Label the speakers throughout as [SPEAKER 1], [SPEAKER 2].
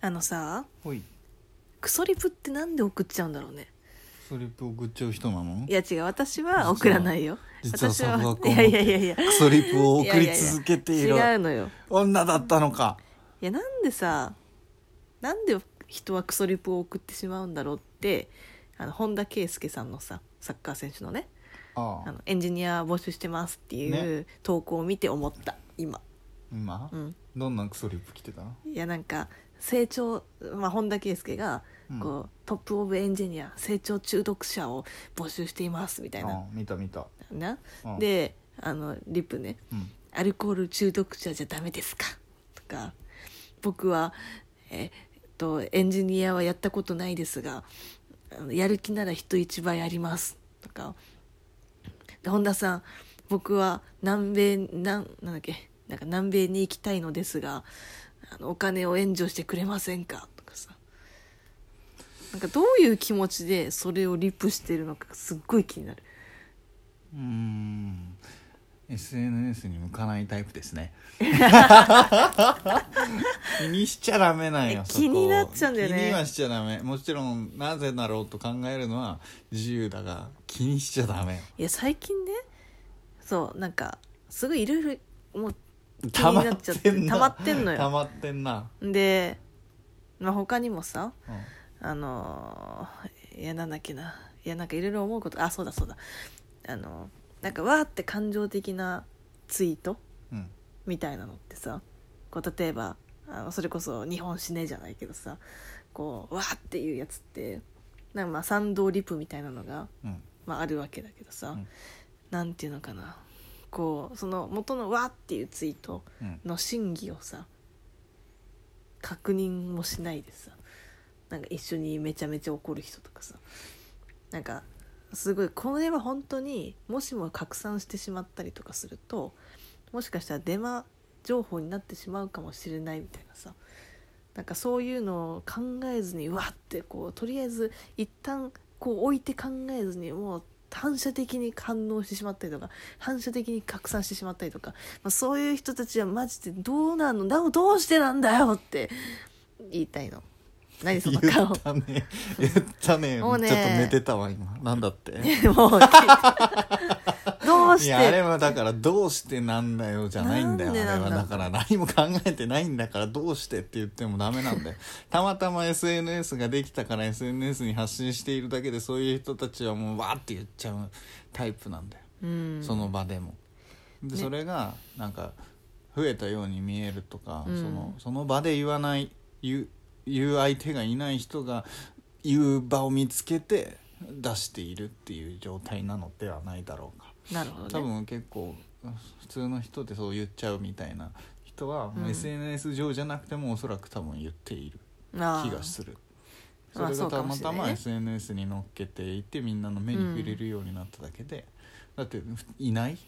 [SPEAKER 1] あのさ
[SPEAKER 2] ほい
[SPEAKER 1] クソリプってなんで送っちゃうんだろうね
[SPEAKER 2] スリップ送っちゃう人なの
[SPEAKER 1] いや違う私は送らないよ
[SPEAKER 2] 実は
[SPEAKER 1] 私は
[SPEAKER 2] 実
[SPEAKER 1] いや
[SPEAKER 2] は
[SPEAKER 1] いやいやいや
[SPEAKER 2] クソリップを送り続けている
[SPEAKER 1] 違うのよ
[SPEAKER 2] 女だったのか
[SPEAKER 1] いやなんでさなんで人はクソリプを送ってしまうんだろうってあの本田圭佑さんのさサッカー選手のね
[SPEAKER 2] あ
[SPEAKER 1] あ
[SPEAKER 2] あ
[SPEAKER 1] のエンジニア募集してますっていう投稿を見て思った今、
[SPEAKER 2] 今、
[SPEAKER 1] うん、
[SPEAKER 2] どんなクソリップ来てたの
[SPEAKER 1] いやなんか成長、まあ、本田圭佑が
[SPEAKER 2] うん
[SPEAKER 1] こう、トップ・オブ・エンジニア成長中毒者を募集していますみたいな
[SPEAKER 2] ああ見た見た
[SPEAKER 1] な、
[SPEAKER 2] うん
[SPEAKER 1] であのリップね
[SPEAKER 2] うん
[SPEAKER 1] 「アルコール中毒者じゃダメですか?」とか「僕はええっとエンジニアはやったことないですがあのやる気なら人一倍あります」とか「で本田さん僕は南米なんなんだっけなんか南米に行きたいのですがあのお金を援助してくれませんか?」とかさなんかどういう気持ちでそれをリップしてるのかすっごい気になる。
[SPEAKER 2] うーん SNS に向かないタイプです ね気にしちゃダメなんよ
[SPEAKER 1] え
[SPEAKER 2] そこ
[SPEAKER 1] 気になっちゃうんだよね
[SPEAKER 2] 気にはしちゃダメもちろんなぜだろうと考えるのは自由だが気にしちゃダメ
[SPEAKER 1] いや最近ねそうなんかすごいいろいろもう気
[SPEAKER 2] 溜
[SPEAKER 1] に
[SPEAKER 2] ま
[SPEAKER 1] な
[SPEAKER 2] っ
[SPEAKER 1] っちゃって
[SPEAKER 2] てんな
[SPEAKER 1] 溜まってんの
[SPEAKER 2] 溜
[SPEAKER 1] よ
[SPEAKER 2] まってんな、
[SPEAKER 1] で、まあ、他にもさ
[SPEAKER 2] うん
[SPEAKER 1] あのーいやなんだっけないやなんかいろいろ思うことあそうだそうだあのーなんかわーって感情的なツイート
[SPEAKER 2] うん
[SPEAKER 1] みたいなのってさこう例えばあのそれこそ日本死ねじゃないけどさこうわーっていうやつってなんかまあ賛同リプみたいなのが
[SPEAKER 2] うん
[SPEAKER 1] まあ、あるわけだけどさ、
[SPEAKER 2] うん
[SPEAKER 1] なんていうのかなこうその元の「わ」っていうツイート
[SPEAKER 2] うん
[SPEAKER 1] の真偽をさ確認もしないでさなんか一緒にめちゃめちゃ怒る人とかさなんかすごいこれは本当にもしも拡散してしまったりとかするともしかしたらデマ情報になってしまうかもしれないみたいなさなんかそういうのを考えずにうわってこうとりあえず一旦こう置いて考えずにもう反射的に反応してしまったりとか反射的に拡散してしまったりとか、まあ、そういう人たちはマジでどうなのだどうしてなんだよって言いたいの何その
[SPEAKER 2] 言
[SPEAKER 1] 顔
[SPEAKER 2] ったね言ったね
[SPEAKER 1] もうね
[SPEAKER 2] ちょっと寝てたわ今なんだ って
[SPEAKER 1] もうどう
[SPEAKER 2] い
[SPEAKER 1] し
[SPEAKER 2] やあれ
[SPEAKER 1] て
[SPEAKER 2] はだからどうしてなんだよじゃないんだ
[SPEAKER 1] なん
[SPEAKER 2] よ
[SPEAKER 1] でなんだ
[SPEAKER 2] あれはだから何も考えてないんだからどうしてって言ってもダメな んだよたまたま SNS ができたから SNS に発信しているだけでそういう人たちはもうわーって言っちゃうタイプなんだよ、
[SPEAKER 1] うん
[SPEAKER 2] その場でもで、
[SPEAKER 1] ね
[SPEAKER 2] それがなんか増えたように見えるとか、
[SPEAKER 1] うん
[SPEAKER 2] そのその場で言わない言う言う相手がいない人が言う場を見つけて出しているっていう状態なのではないだろうか
[SPEAKER 1] なるほど
[SPEAKER 2] 多
[SPEAKER 1] ね
[SPEAKER 2] 分結構普通の人でそう言っちゃうみたいな人は、
[SPEAKER 1] うん
[SPEAKER 2] SNS 上じゃなくてもおそらく多分言っている
[SPEAKER 1] あー
[SPEAKER 2] 気がするそ
[SPEAKER 1] まあ
[SPEAKER 2] れがたま
[SPEAKER 1] そうか
[SPEAKER 2] た
[SPEAKER 1] もしれない
[SPEAKER 2] ま
[SPEAKER 1] ね
[SPEAKER 2] SNS に乗っけていてみんなの目に触れるようになっただけで、だっていない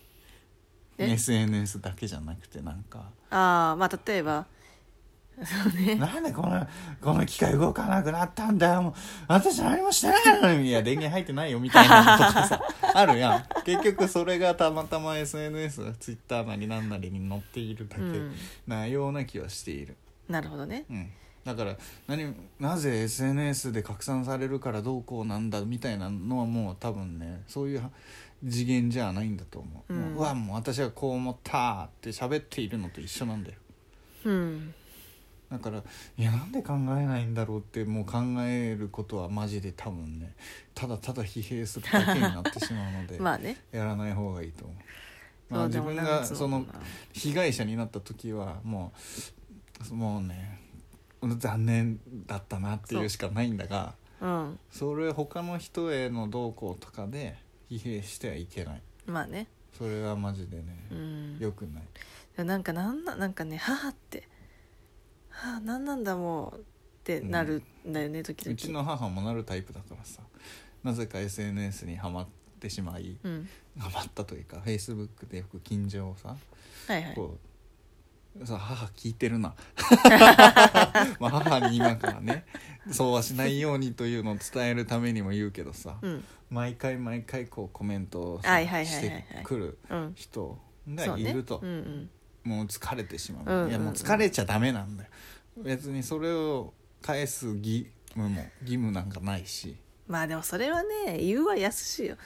[SPEAKER 1] え
[SPEAKER 2] SNS だけじゃなくてなんか
[SPEAKER 1] ああまあ例えばそうね
[SPEAKER 2] なんでこのこの機械動かなくなったんだよもう私何もしてないのにいや電源入ってないよみたいなのと かさあるやん結局それがたまたま SNSTwitter なりなんなりに載っているだけ
[SPEAKER 1] うん
[SPEAKER 2] なような気はしている、
[SPEAKER 1] なるほどね
[SPEAKER 2] うん、だから何なぜ SNS で拡散されるからどうこうなんだみたいなのはもう多分ねそういう次元じゃないんだと思う、
[SPEAKER 1] うん
[SPEAKER 2] もううわもう私はこう思ったって喋っているのと一緒なんだよ
[SPEAKER 1] うん
[SPEAKER 2] だからいやなんで考えないんだろうってもう考えることはマジで多分ねただただ疲弊するだけになってしまうの で、
[SPEAKER 1] まあね
[SPEAKER 2] やらない方がいいと思う。ま
[SPEAKER 1] そ
[SPEAKER 2] あ、
[SPEAKER 1] うで
[SPEAKER 2] 自
[SPEAKER 1] も
[SPEAKER 2] 分
[SPEAKER 1] なん
[SPEAKER 2] が
[SPEAKER 1] つう
[SPEAKER 2] その
[SPEAKER 1] かな
[SPEAKER 2] 被害者になった時はもうもうね残念だったなっていうしかないんだが
[SPEAKER 1] うん
[SPEAKER 2] それ他の人へのどうこうとかで疲弊してはいけない
[SPEAKER 1] まあね
[SPEAKER 2] それはマジでね
[SPEAKER 1] うん
[SPEAKER 2] 良くない
[SPEAKER 1] なんかなんななんかね母って母なんなんだもうってなるんだよね、時々
[SPEAKER 2] うちの母もなるタイプだからさなぜか SNS にはまってしまい
[SPEAKER 1] うん
[SPEAKER 2] ハマったというか Facebook でよく近所をさ
[SPEAKER 1] はいはい
[SPEAKER 2] こうさ母聞いてる なまあ母に今からねそうはしないようにというのを伝えるためにも言うけどさ、
[SPEAKER 1] うん
[SPEAKER 2] 毎回毎回こうコメントをさ
[SPEAKER 1] はいはいはい
[SPEAKER 2] し
[SPEAKER 1] はいはい
[SPEAKER 2] てくる
[SPEAKER 1] うん
[SPEAKER 2] 人
[SPEAKER 1] そ
[SPEAKER 2] が
[SPEAKER 1] う
[SPEAKER 2] い
[SPEAKER 1] ね
[SPEAKER 2] ると、
[SPEAKER 1] うんうん
[SPEAKER 2] もう疲れてしまう,、
[SPEAKER 1] うんうんうん
[SPEAKER 2] いやもう疲れちゃダメなんだよ別にそれを返す義務も義務なんかないし
[SPEAKER 1] まあでもそれはね言うはやすしよ、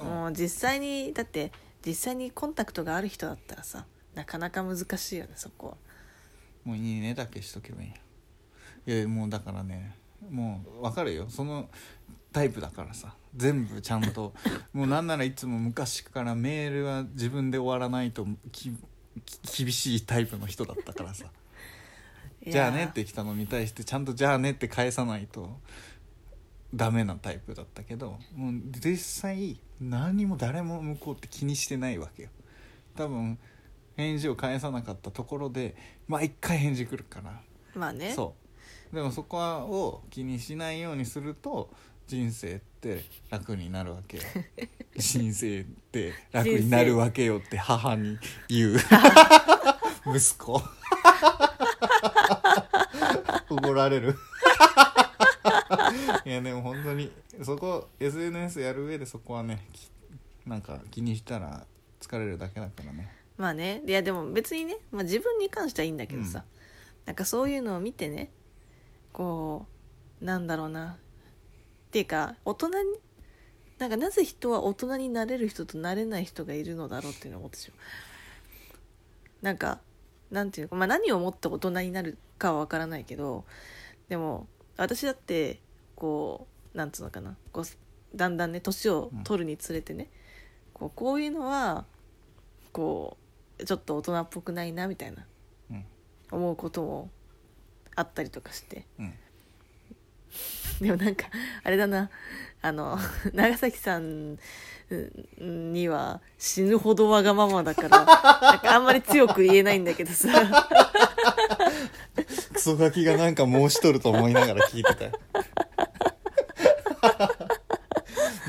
[SPEAKER 1] もう実際にだって実際にコンタクトがある人だったらさなかなか難しいよねそこは
[SPEAKER 2] もういいねだけしとけばいいやいやもうだからねもう分かるよそのタイプだからさ全部ちゃんともうなんならいつも昔からメールは自分で終わらないときき厳しいタイプの人だったからさ「
[SPEAKER 1] いやー
[SPEAKER 2] じゃあね」って来たのに対してちゃんと「じゃあね」って返さないとダメなタイプだったけどもう実際何も誰も向こうって気にしてないわけよ多分返事を返さなかったところで毎回返事来るから
[SPEAKER 1] まあね
[SPEAKER 2] そうでもそこはを気にしないようにすると人生って楽になるわけよ人生って楽になるわけよって母に言う息子怒られるいやでも本当にそこ SNS やる上でそこはねきなんか気にしたら疲れるだけだからね
[SPEAKER 1] まあねいやでも別にね、まあ、自分に関してはいいんだけどさ、
[SPEAKER 2] うん
[SPEAKER 1] なんかそういうのを見てねこうなんだろうなっていうか大人になんかなぜ人は大人になれる人となれない人がいるのだろうっていうのを思ってしまうなんかなんていうのか、まあ、何をもって大人になるかは分からないけどでも私だってこうなんつうのかなこうだんだんね年を取るにつれてね、こうこういうのはこうちょっと大人っぽくないなみたいな
[SPEAKER 2] うん
[SPEAKER 1] 思うこともあったりとかして
[SPEAKER 2] うん
[SPEAKER 1] でもなんかあれだなあの 長崎さんうんには死ぬほどわがままだからなんかあんまり強く言えないんだけどさ
[SPEAKER 2] クソガキがなんか申しとると思いながら聞いて たよ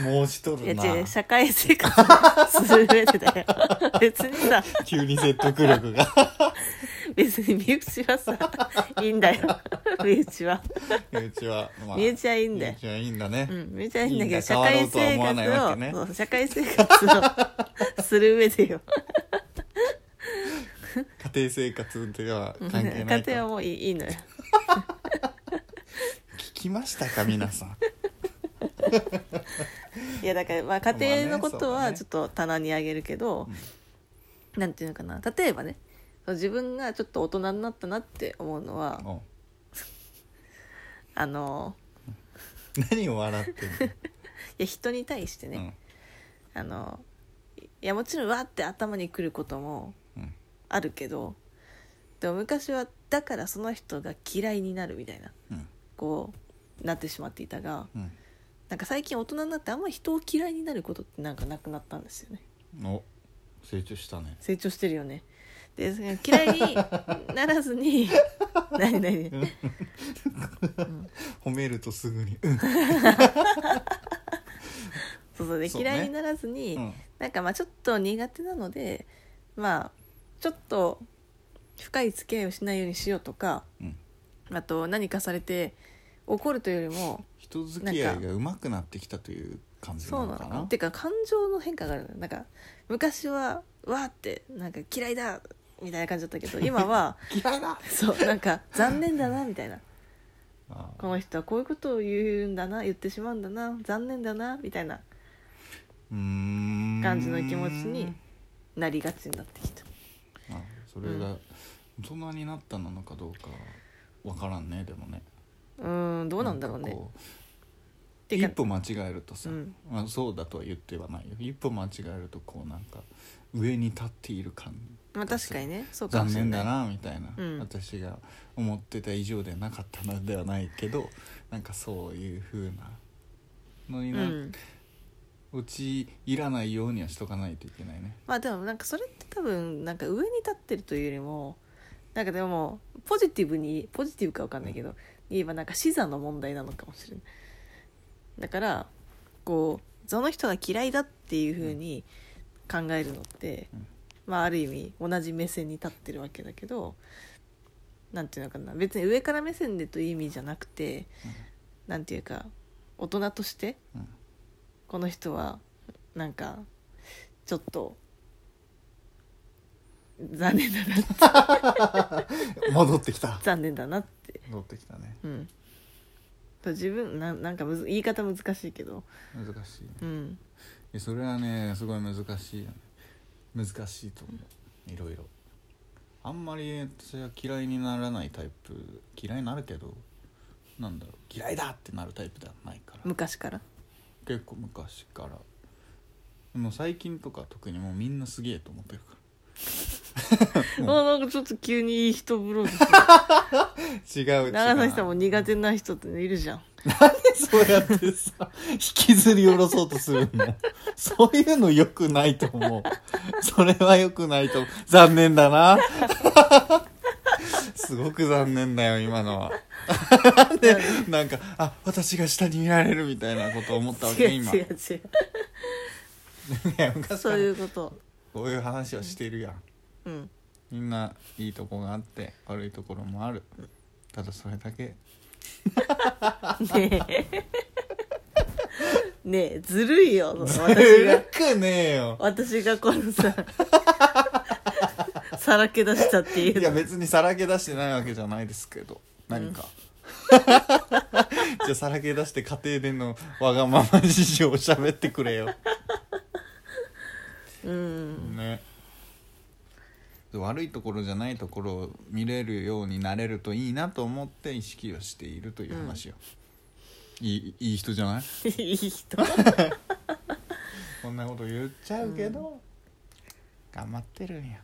[SPEAKER 2] 申しと
[SPEAKER 1] い
[SPEAKER 2] るな
[SPEAKER 1] や違う社会生活する上でだよ別にさ
[SPEAKER 2] 急に説得 力が
[SPEAKER 1] 別に身内は さいいんだよ身内は
[SPEAKER 2] 身内は、ま
[SPEAKER 1] 身内はいいんだよ
[SPEAKER 2] 身内はいいんだね、
[SPEAKER 1] うん、めちゃいいんだけど
[SPEAKER 2] いいんだ
[SPEAKER 1] 社
[SPEAKER 2] 変わろ
[SPEAKER 1] 会
[SPEAKER 2] うとは
[SPEAKER 1] 生
[SPEAKER 2] 思わないわ
[SPEAKER 1] 活を、
[SPEAKER 2] けね
[SPEAKER 1] そう社会生活をする上でよ
[SPEAKER 2] 家庭生活では
[SPEAKER 1] うん
[SPEAKER 2] 関係ない
[SPEAKER 1] 家
[SPEAKER 2] か
[SPEAKER 1] 庭は
[SPEAKER 2] ら
[SPEAKER 1] もういいいいのよ
[SPEAKER 2] 聞きましたか皆さん
[SPEAKER 1] いやだから、まあ、家庭のこと
[SPEAKER 2] まあ
[SPEAKER 1] は
[SPEAKER 2] ね
[SPEAKER 1] ちょっと棚にあげるけど、なんていうのかな例えばねそう自分がちょっと大人になったなって思うのは
[SPEAKER 2] お
[SPEAKER 1] あの
[SPEAKER 2] 何を笑ってん
[SPEAKER 1] いや人に対して
[SPEAKER 2] の、
[SPEAKER 1] ね、あのいやもちろんわーって頭にくることも
[SPEAKER 2] うんうん
[SPEAKER 1] あるけどでも昔はだからその人が嫌いになるみたいな
[SPEAKER 2] うん
[SPEAKER 1] こうなってしまっていたが。
[SPEAKER 2] う
[SPEAKER 1] なんか最近大人になってあんまり人を嫌いになることってなんかなくなったんですよね
[SPEAKER 2] んお成長したね
[SPEAKER 1] 成長してるよねでその嫌いにならず に何何
[SPEAKER 2] 褒めるとすぐにうん
[SPEAKER 1] そうそうで
[SPEAKER 2] そうね
[SPEAKER 1] 嫌いにならずに、
[SPEAKER 2] うん
[SPEAKER 1] なんかまあちょっと苦手なのでまあちょっと深い付き合いをしないようにしようとか
[SPEAKER 2] うん
[SPEAKER 1] あと何かされて怒るというよりも
[SPEAKER 2] 人付き合いが上手くなってきたという感じ
[SPEAKER 1] そ
[SPEAKER 2] な
[SPEAKER 1] うな
[SPEAKER 2] の
[SPEAKER 1] の
[SPEAKER 2] か
[SPEAKER 1] か
[SPEAKER 2] な
[SPEAKER 1] なっていうか感情の変化があるのよなんか昔はわーってなんか嫌いだみたいな感じだったけ ど今は
[SPEAKER 2] 嫌いだ
[SPEAKER 1] そうなんか残念だなみたいな
[SPEAKER 2] あ
[SPEAKER 1] この人はこういうことを言うんだな言ってしまうんだな残念だなみたいな
[SPEAKER 2] うーん
[SPEAKER 1] 感じの気持ちになりがちになってきた
[SPEAKER 2] あそれが大人になったなのかどうかわからんねでもね
[SPEAKER 1] うーんどうなんだろう
[SPEAKER 2] な
[SPEAKER 1] ね
[SPEAKER 2] んかこ
[SPEAKER 1] て
[SPEAKER 2] 一
[SPEAKER 1] いうか
[SPEAKER 2] 歩間違えるとさ、
[SPEAKER 1] うん
[SPEAKER 2] まあ、そうだとは言ってはないよ一歩間違えるとこうなんか上に立っている感
[SPEAKER 1] まあ確かにねそうかも
[SPEAKER 2] 残
[SPEAKER 1] しれ
[SPEAKER 2] 念
[SPEAKER 1] ない
[SPEAKER 2] だなみたいな、
[SPEAKER 1] うん
[SPEAKER 2] 私が思ってた以上ではなかったなではないけどなんかそういう風なのに
[SPEAKER 1] う
[SPEAKER 2] な、
[SPEAKER 1] ん
[SPEAKER 2] 陥らないようにはしとかないといけないね
[SPEAKER 1] まあでもなんかそれって多分なんか上に立ってるというよりもなんかでもポジティブにポジティブかわかんないけど言えばなんか視座の問題なのかもしれないだからこうその人が嫌いだっていうふうに考えるのって、
[SPEAKER 2] うん
[SPEAKER 1] まあある意味同じ目線に立ってるわけだけどなんていうのかな別に上から目線でという意味じゃなくて、
[SPEAKER 2] うん
[SPEAKER 1] なんていうか大人として
[SPEAKER 2] うん
[SPEAKER 1] この人はなんかちょっと残念だな
[SPEAKER 2] 戻ってきた
[SPEAKER 1] 残念だなって
[SPEAKER 2] 戻ってきたね
[SPEAKER 1] うん自分ななんかむず言い方難しいけど
[SPEAKER 2] 難しいね
[SPEAKER 1] うん
[SPEAKER 2] いやそれはねすごい難しいよね難しいと思ういろいろあんまり私は嫌いにならないタイプ嫌いになるけどなんだろう嫌いだってなるタイプではないから
[SPEAKER 1] 昔から
[SPEAKER 2] 結構昔からでも最近とか特にもうみんなすげえと思ってるか
[SPEAKER 1] あなんかちょっと急にいい人ブログ
[SPEAKER 2] ら違う違う
[SPEAKER 1] 長崎さんも苦手な人っているじゃん
[SPEAKER 2] そうやってさ、引きずり下ろそうとする の。そういうの良くないと思う。それは良くないと思う。残念だな。 すごく残念だよ、今のは。 なんで、なんか、あ、私が下に見られるみたいなことを思った わけ、
[SPEAKER 1] 違う
[SPEAKER 2] 今。
[SPEAKER 1] 違
[SPEAKER 2] いう
[SPEAKER 1] 違う
[SPEAKER 2] や、昔か
[SPEAKER 1] そう
[SPEAKER 2] ら
[SPEAKER 1] いうこと
[SPEAKER 2] こういう話をしてるやん。
[SPEAKER 1] うん
[SPEAKER 2] みんないいとこがあって、悪いところもある。ただそれだけ。
[SPEAKER 1] ねえ ねえずるいよ私
[SPEAKER 2] ず
[SPEAKER 1] が
[SPEAKER 2] るくねえよ。
[SPEAKER 1] 私がこの ささらけ出したっていう
[SPEAKER 2] いや別にさらけ出してないわけじゃないですけど何か、 じゃあさらけ出して家庭でのわがまま事情を喋ってくれよ
[SPEAKER 1] うん
[SPEAKER 2] ね悪いところじゃないところを見れるようになれるといいなと思って意識をしているという話よ、いいいい人じゃない
[SPEAKER 1] いい人
[SPEAKER 2] こんなこと言っちゃうけど、頑張ってるんやっ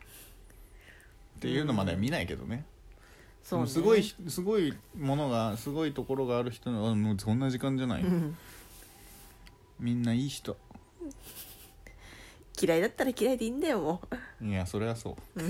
[SPEAKER 2] ていうのまでは見ないけどね、
[SPEAKER 1] そう、ね、
[SPEAKER 2] でもすごいひすごいものがすごいところがある人のあもうそんな時間じゃない、
[SPEAKER 1] うん
[SPEAKER 2] みんないい人
[SPEAKER 1] 嫌いだったら嫌いでいいんだよも、
[SPEAKER 2] いやそれはそう
[SPEAKER 1] うん